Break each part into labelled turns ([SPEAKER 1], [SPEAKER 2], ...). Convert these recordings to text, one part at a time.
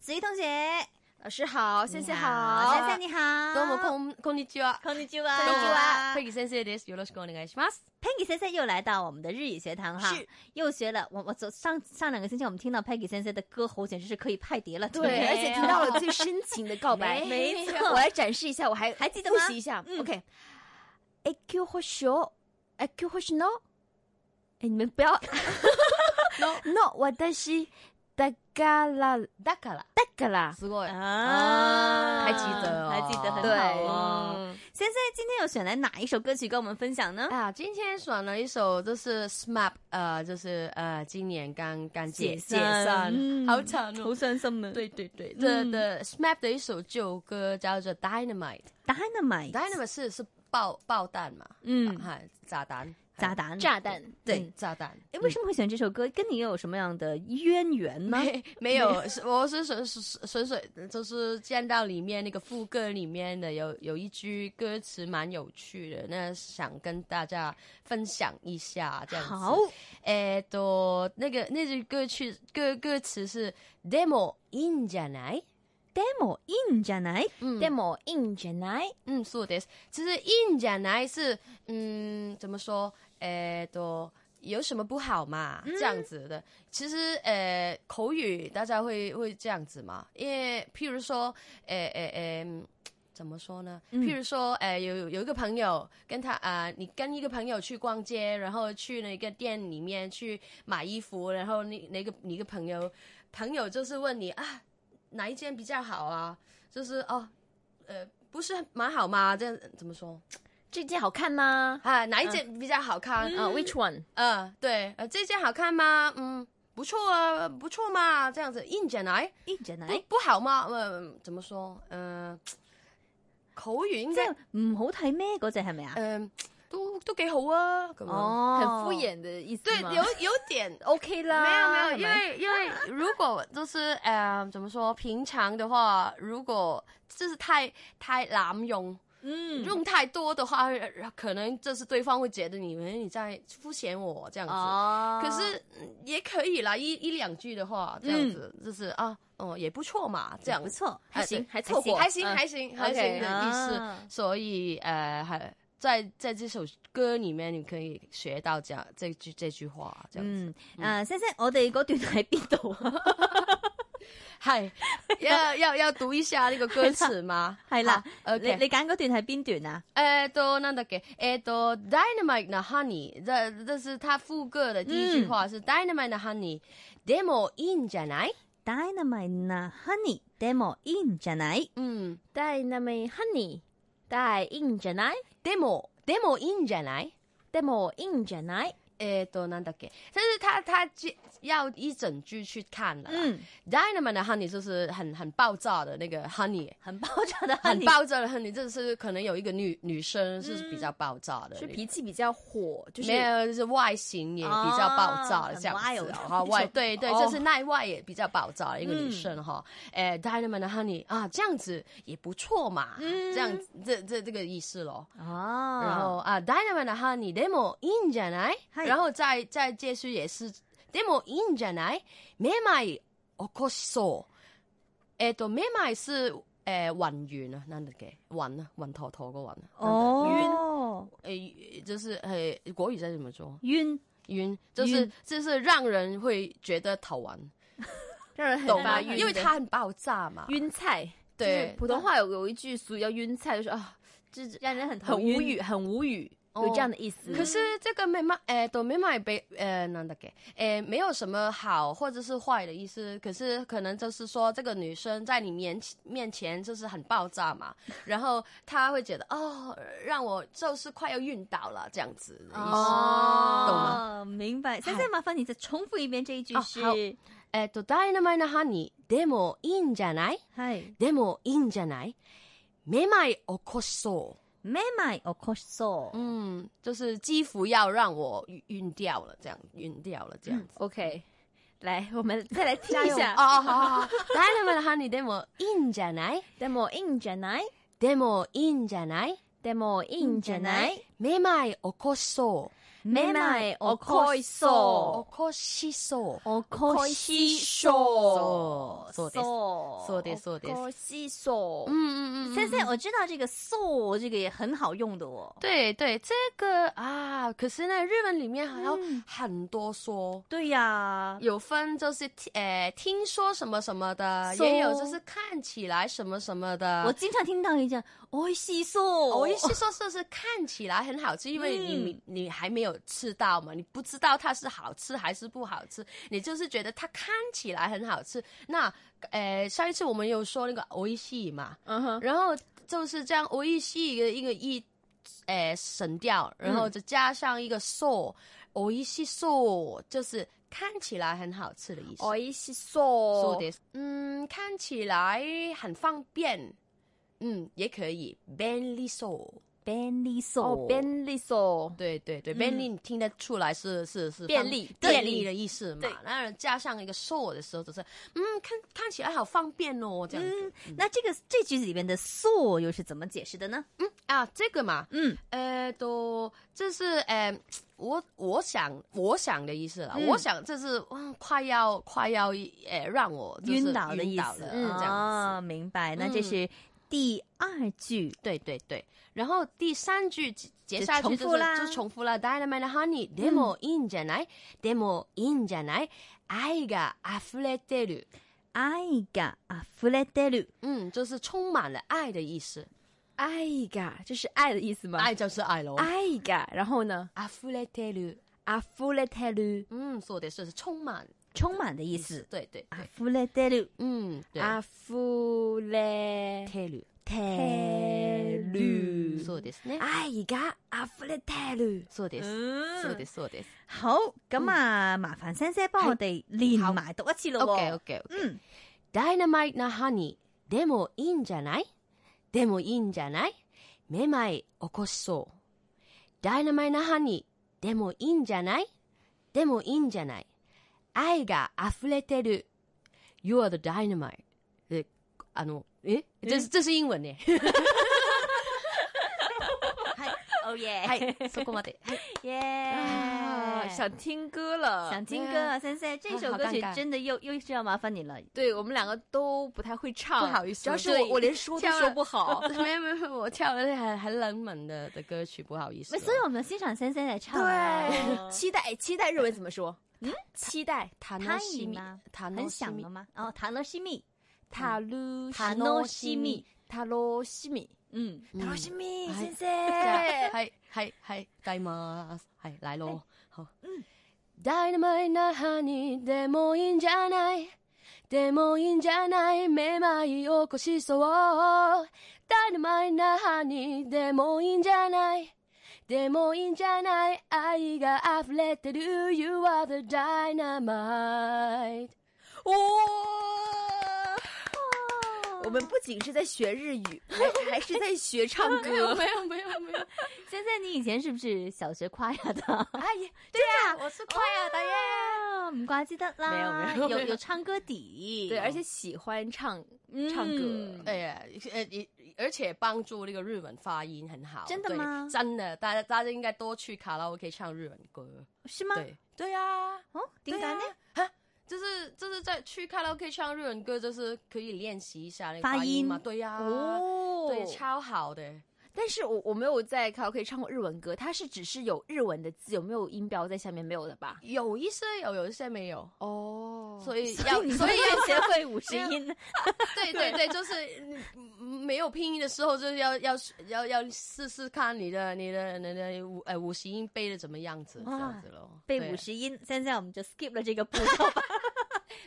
[SPEAKER 1] 子怡同学，
[SPEAKER 2] 老师好，先
[SPEAKER 1] 先
[SPEAKER 2] 生
[SPEAKER 1] 生
[SPEAKER 2] 好。
[SPEAKER 1] 你好，
[SPEAKER 2] どうもこんこんにちは。
[SPEAKER 1] こんにち
[SPEAKER 2] こ
[SPEAKER 1] は，
[SPEAKER 2] んにちは。ペギ先生です。よろしくお願いします。
[SPEAKER 1] Peggy 先生又来到我们的日语学堂哈
[SPEAKER 2] 是，
[SPEAKER 1] 又学了。我我昨上上两个星期我们听到 Peggy 先生的歌喉简直是可以派碟了，
[SPEAKER 2] 对
[SPEAKER 3] 而且听到了最深情的告 白。
[SPEAKER 2] 没错
[SPEAKER 3] 我来展示一下，我还
[SPEAKER 1] 还记得
[SPEAKER 3] 复
[SPEAKER 1] 吗
[SPEAKER 3] 习一下。
[SPEAKER 1] 嗯
[SPEAKER 3] OK，哎，Q 或熊，哎，Q 或是 no，哎，你们不要 no，我的是だから
[SPEAKER 2] だから。
[SPEAKER 3] だから。
[SPEAKER 2] すごい。
[SPEAKER 1] 啊
[SPEAKER 2] 还记得哦
[SPEAKER 1] 还记得很好哦。先生今天又选来哪一首歌曲跟我们分享呢？
[SPEAKER 2] 啊，今天选了一首就是 SMAP，呃，就是呃，今年刚刚解
[SPEAKER 1] 解散嗯
[SPEAKER 2] 好惨哦。
[SPEAKER 1] 酸酸们
[SPEAKER 2] 对对对，这的 SMAP 的一首旧歌叫做 Dynamite。
[SPEAKER 1] ，Dynamite，
[SPEAKER 2] Dynamite 是是爆爆弹嘛？
[SPEAKER 1] 嗯
[SPEAKER 2] 啊，炸弹，嗯
[SPEAKER 1] 炸弹，
[SPEAKER 3] 炸弹，
[SPEAKER 2] 对炸弹。
[SPEAKER 1] 哎，为什么会选这首歌？跟你又有什么样的渊源吗？
[SPEAKER 2] 没没有，是我是纯纯粹就是见到里面那个副歌里面的有有一句歌词蛮有趣的，那想跟大家分享一下这样子。
[SPEAKER 1] 好，
[SPEAKER 2] えっと那个那句歌曲歌歌词是 “demo in じゃない”。
[SPEAKER 1] demo in じゃない？
[SPEAKER 2] 嗯
[SPEAKER 3] でもいいんじゃない？
[SPEAKER 2] 嗯，そうです。其实 “in じゃない”是嗯怎么说？えっと有什么不好嘛？这样子的，其实呃，口语大家会会这样子嘛，因为譬如说，呃呃呃。嗯怎么说呢？譬如说，呃，有有一个朋友跟他啊、你跟一个朋友去逛街，然后去那个店里面去买衣服，然后那那个你一个朋友朋友就是问你啊，哪一件比较好啊？就是哦，呃，不是蛮好吗？这样怎么说
[SPEAKER 3] 这件好看吗？
[SPEAKER 2] 啊？哪一件比较好看？
[SPEAKER 3] 啊，Which one？
[SPEAKER 2] 嗯，对，呃，这件好看吗？嗯，不错啊，不错嘛，这样子硬起来，
[SPEAKER 1] in じゃな
[SPEAKER 2] 不
[SPEAKER 1] い？
[SPEAKER 2] 不好吗？嗯，怎么说？嗯、口语应
[SPEAKER 1] 即
[SPEAKER 2] 该，
[SPEAKER 1] 系唔好睇咩嗰只系咪啊？
[SPEAKER 2] 嗯、都都几好啊，咁樣，
[SPEAKER 1] 哦，
[SPEAKER 3] 很敷。衍的意思
[SPEAKER 2] 对，
[SPEAKER 3] 吗
[SPEAKER 2] 有有点
[SPEAKER 3] OK 啦，
[SPEAKER 2] 没有没有，
[SPEAKER 3] 很
[SPEAKER 2] 因
[SPEAKER 3] 蛮
[SPEAKER 2] 为因为如果就是呃，怎么说，平常的话，如果就是太太滥用。
[SPEAKER 1] 嗯，
[SPEAKER 2] 用太多的话，呃可能就是对方会觉得你们你在敷衍我这样子。
[SPEAKER 3] 哦，
[SPEAKER 2] 可是嗯也可以啦，一一两句的话，这样子、就是啊，哦，也不错嘛，这样
[SPEAKER 1] 不嗯错。
[SPEAKER 3] 还行
[SPEAKER 2] 哎对
[SPEAKER 3] 还凑合
[SPEAKER 2] 还行，
[SPEAKER 3] 嗯
[SPEAKER 2] 还行，还行的
[SPEAKER 3] OK，
[SPEAKER 2] 意思。
[SPEAKER 1] 啊
[SPEAKER 2] 所以呃，还在在这首歌里面，你可以学到这样这句这句话，这样子。
[SPEAKER 1] 嗯，啊，先生，我哋嗰段喺边度啊？
[SPEAKER 2] 嗨、要要要读一下那个歌词吗？
[SPEAKER 1] 系啦
[SPEAKER 2] 好，，OK，呃
[SPEAKER 1] 你你拣嗰段喺边段啊？
[SPEAKER 2] えっと、なんだっけ、えっと、Dynamite な Honey。这、这是他副歌的第一句话是 Dynamite な Honey。でもいいんじゃない
[SPEAKER 1] Dynamite な Honey Demo in じゃない
[SPEAKER 2] うん。
[SPEAKER 3] 带那么 honey，带硬じゃない？
[SPEAKER 2] でも、でもいいんじゃない
[SPEAKER 3] でもいいんじゃない？
[SPEAKER 2] えっと、なんだっけ。但是他、他要一整句去看了。
[SPEAKER 1] 嗯。
[SPEAKER 2] Dynamite 的 Honey 就是很、很爆炸的那个 Honey。
[SPEAKER 1] 很爆炸的
[SPEAKER 2] 很
[SPEAKER 1] Honey，
[SPEAKER 2] 爆炸的 Honey，就是可能有一个女女生是比较爆炸
[SPEAKER 1] 嗯
[SPEAKER 2] 的，
[SPEAKER 3] 是脾气比较火，就是
[SPEAKER 2] 没有，就是外形也比较暴躁
[SPEAKER 1] 哦
[SPEAKER 2] 的这样
[SPEAKER 1] 很
[SPEAKER 2] 子
[SPEAKER 1] wild
[SPEAKER 2] 哦，哈、外对对，
[SPEAKER 1] 哦嗯
[SPEAKER 2] 就是内外也比较暴躁的一个女生哈，哎、d y n a m i t Honey 啊，这样子也不错嘛，
[SPEAKER 1] 嗯
[SPEAKER 2] 这样子这这这个意思咯。
[SPEAKER 1] 哦，
[SPEAKER 2] 然后啊，Dynamite Honey demo in じゃない？
[SPEAKER 1] はい
[SPEAKER 2] 然后再再继续也是 demo in じゃない？めまい起こしそう。えっとめまい是诶晕晕啊，なんだっけ晕啊晕陀陀个晕啊。
[SPEAKER 1] 哦，
[SPEAKER 2] 诶，就是诶国语在怎么说？
[SPEAKER 1] 晕
[SPEAKER 2] 晕，就是
[SPEAKER 1] 晕
[SPEAKER 2] 就是让人会觉得好玩，
[SPEAKER 3] 让人很
[SPEAKER 2] 懂
[SPEAKER 3] 发
[SPEAKER 2] 吗？
[SPEAKER 3] 晕的，
[SPEAKER 2] 因为它很爆炸嘛。
[SPEAKER 3] 晕菜，
[SPEAKER 2] 对
[SPEAKER 3] 就是普通话有有一句俗语叫晕菜，就是啊，这这
[SPEAKER 1] 让人很
[SPEAKER 3] 很
[SPEAKER 1] 头
[SPEAKER 3] 无
[SPEAKER 1] 晕
[SPEAKER 3] 语，很无语，
[SPEAKER 2] 哦
[SPEAKER 3] 有这样的意思。
[SPEAKER 2] 可是这个没买，诶，都没买被，呃，那的给，诶，没有什么好或者是坏的意思。可是可能就是说，这个女生在你面面前就是很爆炸嘛，然后她会觉得哦，让我就是快要晕倒了这样子的意思。
[SPEAKER 1] 哦，
[SPEAKER 2] 嗯懂哎
[SPEAKER 1] 吗？明白。先生，麻烦你再重复一遍这一句
[SPEAKER 2] 哦
[SPEAKER 1] 是，
[SPEAKER 2] 好诶，都 dynamite honey，でもいいんじゃない？
[SPEAKER 1] 嗨，
[SPEAKER 2] でもいいんじゃない？哦めまい起こしそう。
[SPEAKER 1] めまい起こしそう。
[SPEAKER 2] 嗯，就是肌肤要让我晕晕掉了，这样晕掉了，这样子。
[SPEAKER 3] OK，来，我们再来听
[SPEAKER 2] 加
[SPEAKER 3] 一
[SPEAKER 2] 油
[SPEAKER 3] 下。
[SPEAKER 2] 哦，好好好。Dynamite Honey でもいいんじゃない？
[SPEAKER 3] でもいいんじゃない？
[SPEAKER 2] でもいいんじゃない？
[SPEAKER 3] でもいいんじゃない？
[SPEAKER 2] めまい起こしそ
[SPEAKER 1] めまいおこいそ。
[SPEAKER 2] おこしそう
[SPEAKER 1] お
[SPEAKER 3] 哦
[SPEAKER 1] こし
[SPEAKER 2] そ
[SPEAKER 1] そうう。
[SPEAKER 2] そうですそうですそうです。
[SPEAKER 3] 可惜手
[SPEAKER 2] 嗯嗯嗯嗯，
[SPEAKER 1] 先生，我知道这个 so 这个也很好用的哦。
[SPEAKER 2] 对对，这个啊，可是呢，日文里面还有很多说，
[SPEAKER 1] 对呀，
[SPEAKER 2] 有分就是呃听说什么什么的，
[SPEAKER 1] 说
[SPEAKER 2] 也有就是看起来什么什么的。
[SPEAKER 1] 我经常听到一件おいしそう，
[SPEAKER 2] 我意思说是是看起来很好吃，因为你、你还没有吃到嘛，你不知道它是好吃还是不好吃，你就是觉得它看起来很好吃。那呃，上一次我们有说那个欧一系嘛，
[SPEAKER 3] 嗯哼，
[SPEAKER 2] 然后就是这样欧一系的一个一，呃，省掉，然后再加上一个 so，欧一系 so 就是看起来很好吃的意思。
[SPEAKER 3] 可惜手，
[SPEAKER 2] so 的，嗯，看起来很方便，嗯，也可以便利 so。
[SPEAKER 1] 便利
[SPEAKER 3] 哦，
[SPEAKER 1] so，
[SPEAKER 3] 便利手，
[SPEAKER 2] 对对
[SPEAKER 1] 嗯
[SPEAKER 2] 对，便利你听得出来是是是
[SPEAKER 3] 便
[SPEAKER 2] 方
[SPEAKER 3] 利
[SPEAKER 2] 便
[SPEAKER 3] 便
[SPEAKER 2] 利
[SPEAKER 3] 利
[SPEAKER 2] 的意思嘛
[SPEAKER 1] 对？
[SPEAKER 2] 当然加上一个 so 的时候，就是嗯，看看起来好方便哦，这样子、
[SPEAKER 1] 嗯那这个这句子里边的 so 又是怎么解释的呢？
[SPEAKER 2] 啊，这个嘛，
[SPEAKER 1] 嗯，
[SPEAKER 2] 呃，都这是呃，我我想我想的意思了，
[SPEAKER 1] 嗯
[SPEAKER 2] 我想这是哇快要快要呃让我就是
[SPEAKER 1] 晕倒的意
[SPEAKER 2] 晕倒
[SPEAKER 1] 思
[SPEAKER 2] 了，
[SPEAKER 1] 嗯
[SPEAKER 2] 这样子。
[SPEAKER 1] 哦，明白。那这是第二句，
[SPEAKER 2] 对对对，然后第三句接接下去就是
[SPEAKER 1] 重复啦嗯
[SPEAKER 2] 就重复了。Dynamite Honey, d e m いいんじゃない？でもいいんじゃない？愛が溢れてる。
[SPEAKER 1] 愛が溢れてる。
[SPEAKER 2] 嗯，就是充满了爱的意思。
[SPEAKER 3] 爱嘎，这是爱的意思吗？
[SPEAKER 2] 爱就是爱喽。
[SPEAKER 3] 爱嘎，然后呢？
[SPEAKER 2] 溢れてる。
[SPEAKER 3] 阿夫勒泰鲁，
[SPEAKER 2] 嗯，说的是是充满
[SPEAKER 1] 充满的意思。
[SPEAKER 2] 对对对，
[SPEAKER 1] 溢れてる。
[SPEAKER 2] 嗯，对。
[SPEAKER 3] 阿夫勒
[SPEAKER 2] てる。
[SPEAKER 3] 泰鲁，
[SPEAKER 2] そうですね。
[SPEAKER 3] 爱嘎，阿夫勒泰鲁，
[SPEAKER 2] そうです。そうですそうです。
[SPEAKER 1] 好，咁啊，麻煩先生幫我哋連埋讀一次咯
[SPEAKER 2] OK
[SPEAKER 1] 喎。
[SPEAKER 2] OK OK。
[SPEAKER 1] 嗯，
[SPEAKER 2] Dynamite なハニー。でもいいんじゃないでもいいんじゃないめまい起こしそう。Dynamite なハニー。でもいいんじゃないでもいいんじゃない愛が溢れてる。You are the dynamite. え、あの、え这是、这是英文ね。
[SPEAKER 1] 係，哦耶，
[SPEAKER 2] はい、 そこま で。はい
[SPEAKER 1] 耶
[SPEAKER 3] 啊，想听歌了，
[SPEAKER 1] 想听
[SPEAKER 2] 对
[SPEAKER 1] 歌，
[SPEAKER 2] 啊
[SPEAKER 1] 先生，这
[SPEAKER 2] 啊
[SPEAKER 1] 首
[SPEAKER 2] 好
[SPEAKER 1] 歌
[SPEAKER 2] 尴
[SPEAKER 1] 曲
[SPEAKER 2] 尬
[SPEAKER 1] 真的又又是要麻烦你了。
[SPEAKER 3] 对我们两个都不太会唱，
[SPEAKER 2] 不好意思
[SPEAKER 3] 主要是
[SPEAKER 2] 对
[SPEAKER 3] 我我连说都
[SPEAKER 2] 跳了
[SPEAKER 3] 说不 好。
[SPEAKER 2] 没有没有没有，我 跳了很很冷门的的歌曲，不好意思
[SPEAKER 1] 所
[SPEAKER 2] 了。
[SPEAKER 1] 以我们欣赏先生来唱啊。
[SPEAKER 3] 对，哎期待期待日文怎么说？
[SPEAKER 1] 嗯，
[SPEAKER 3] 期待
[SPEAKER 2] 塔
[SPEAKER 1] 他
[SPEAKER 2] 诺西
[SPEAKER 1] 已
[SPEAKER 2] 米
[SPEAKER 1] 吗，
[SPEAKER 2] 塔诺
[SPEAKER 1] 很
[SPEAKER 2] 西
[SPEAKER 1] 响
[SPEAKER 2] 米
[SPEAKER 1] 了，吗？哦，塔罗西密，
[SPEAKER 3] 塔鲁
[SPEAKER 1] 塔诺西米，
[SPEAKER 3] 塔罗西米，
[SPEAKER 1] 嗯，
[SPEAKER 3] 塔罗西米
[SPEAKER 2] 哎はい、
[SPEAKER 3] 先生，
[SPEAKER 2] はい、はい、はい、歌います。はい、来ろ。好。ダイナマイなハニーでもいいんじゃないでもいいんじゃないめまい起こしそう。ダイナマイなハニーでもいいんじゃないでもいいんじゃない愛が溢れてる You are the dynamite
[SPEAKER 3] 哇！我们不仅是在学日语，还还是在学唱 歌。
[SPEAKER 2] 没有没有没有
[SPEAKER 1] 先生，你以前是不是小学跨呀的？
[SPEAKER 2] 哎呀对呀我是快乐的耶
[SPEAKER 1] 啊，唔怪之得啦，
[SPEAKER 2] 没有没有没有
[SPEAKER 1] 有唱歌底，
[SPEAKER 3] 对，而且喜欢唱
[SPEAKER 1] 嗯
[SPEAKER 3] 唱歌。
[SPEAKER 2] 哎呀，呃，也而且帮助那个日文发音很好。
[SPEAKER 1] 真的
[SPEAKER 2] 对
[SPEAKER 1] 吗
[SPEAKER 2] 真的，大家大家应该多去卡拉 OK 唱日文歌。
[SPEAKER 1] 是吗？
[SPEAKER 2] 对对啊，
[SPEAKER 1] 哦，点
[SPEAKER 2] 对
[SPEAKER 1] 解
[SPEAKER 2] 啊
[SPEAKER 1] 呢？？
[SPEAKER 2] 哈，就是就是在去卡拉 OK 唱日文歌，就是可以练习一下那个
[SPEAKER 1] 发
[SPEAKER 2] 音嘛。
[SPEAKER 1] 音
[SPEAKER 2] 对呀、
[SPEAKER 3] 哦
[SPEAKER 2] 对，超好的。
[SPEAKER 3] 但是我我没有在卡拉 OK 唱过日文歌，它是只是有日文的字，有没有音标在下面？没有的吧？
[SPEAKER 2] 有一些有，有一些没有，
[SPEAKER 3] 哦
[SPEAKER 2] 所以要
[SPEAKER 1] 你
[SPEAKER 2] 所以要
[SPEAKER 1] 要学会五十音，
[SPEAKER 2] 对对对，就是嗯没有拼音的时候，就是要要要要试试看你的你的你的五呃五十音背的怎么样子，这
[SPEAKER 1] 哇
[SPEAKER 2] 样子咯。对
[SPEAKER 1] 背五十音。现在我们就 skip 了这个步骤吧。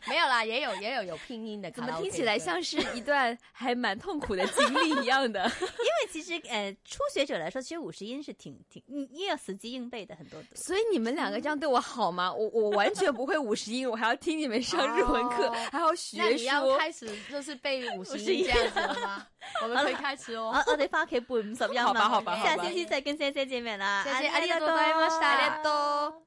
[SPEAKER 2] 没有啦，也有也有有拼音的卡
[SPEAKER 3] 怎
[SPEAKER 2] 拉
[SPEAKER 3] 么
[SPEAKER 2] OK 歌，
[SPEAKER 3] 听起来像是一段还蛮痛苦的经历一样的？
[SPEAKER 1] 因为其实呃，初学者来说，其实五十音是挺挺，你你也要死记硬背的很多的。
[SPEAKER 3] 所以你们两个这样对我好吗？我我完全不会五十音，我还要听你们上日文课，
[SPEAKER 2] 哦
[SPEAKER 3] 还要
[SPEAKER 2] 那
[SPEAKER 3] 学
[SPEAKER 2] 你要
[SPEAKER 3] 说。
[SPEAKER 2] 开始就是背五十
[SPEAKER 1] 50
[SPEAKER 2] 音
[SPEAKER 1] 音
[SPEAKER 2] 这样子了吗？我们可以开始
[SPEAKER 1] 我
[SPEAKER 2] 哦。
[SPEAKER 1] 我哋翻屋企背五十音啦。
[SPEAKER 3] 好吧好吧好吧
[SPEAKER 1] 下星期再跟先生见面啦。
[SPEAKER 2] 谢谢，
[SPEAKER 1] あ
[SPEAKER 2] あ
[SPEAKER 1] り
[SPEAKER 2] り
[SPEAKER 1] がと
[SPEAKER 2] がと
[SPEAKER 1] う
[SPEAKER 2] う
[SPEAKER 1] ご
[SPEAKER 2] ご
[SPEAKER 1] ざ
[SPEAKER 2] ざ
[SPEAKER 1] い
[SPEAKER 2] い
[SPEAKER 1] まし
[SPEAKER 2] ましたた。ありがとう。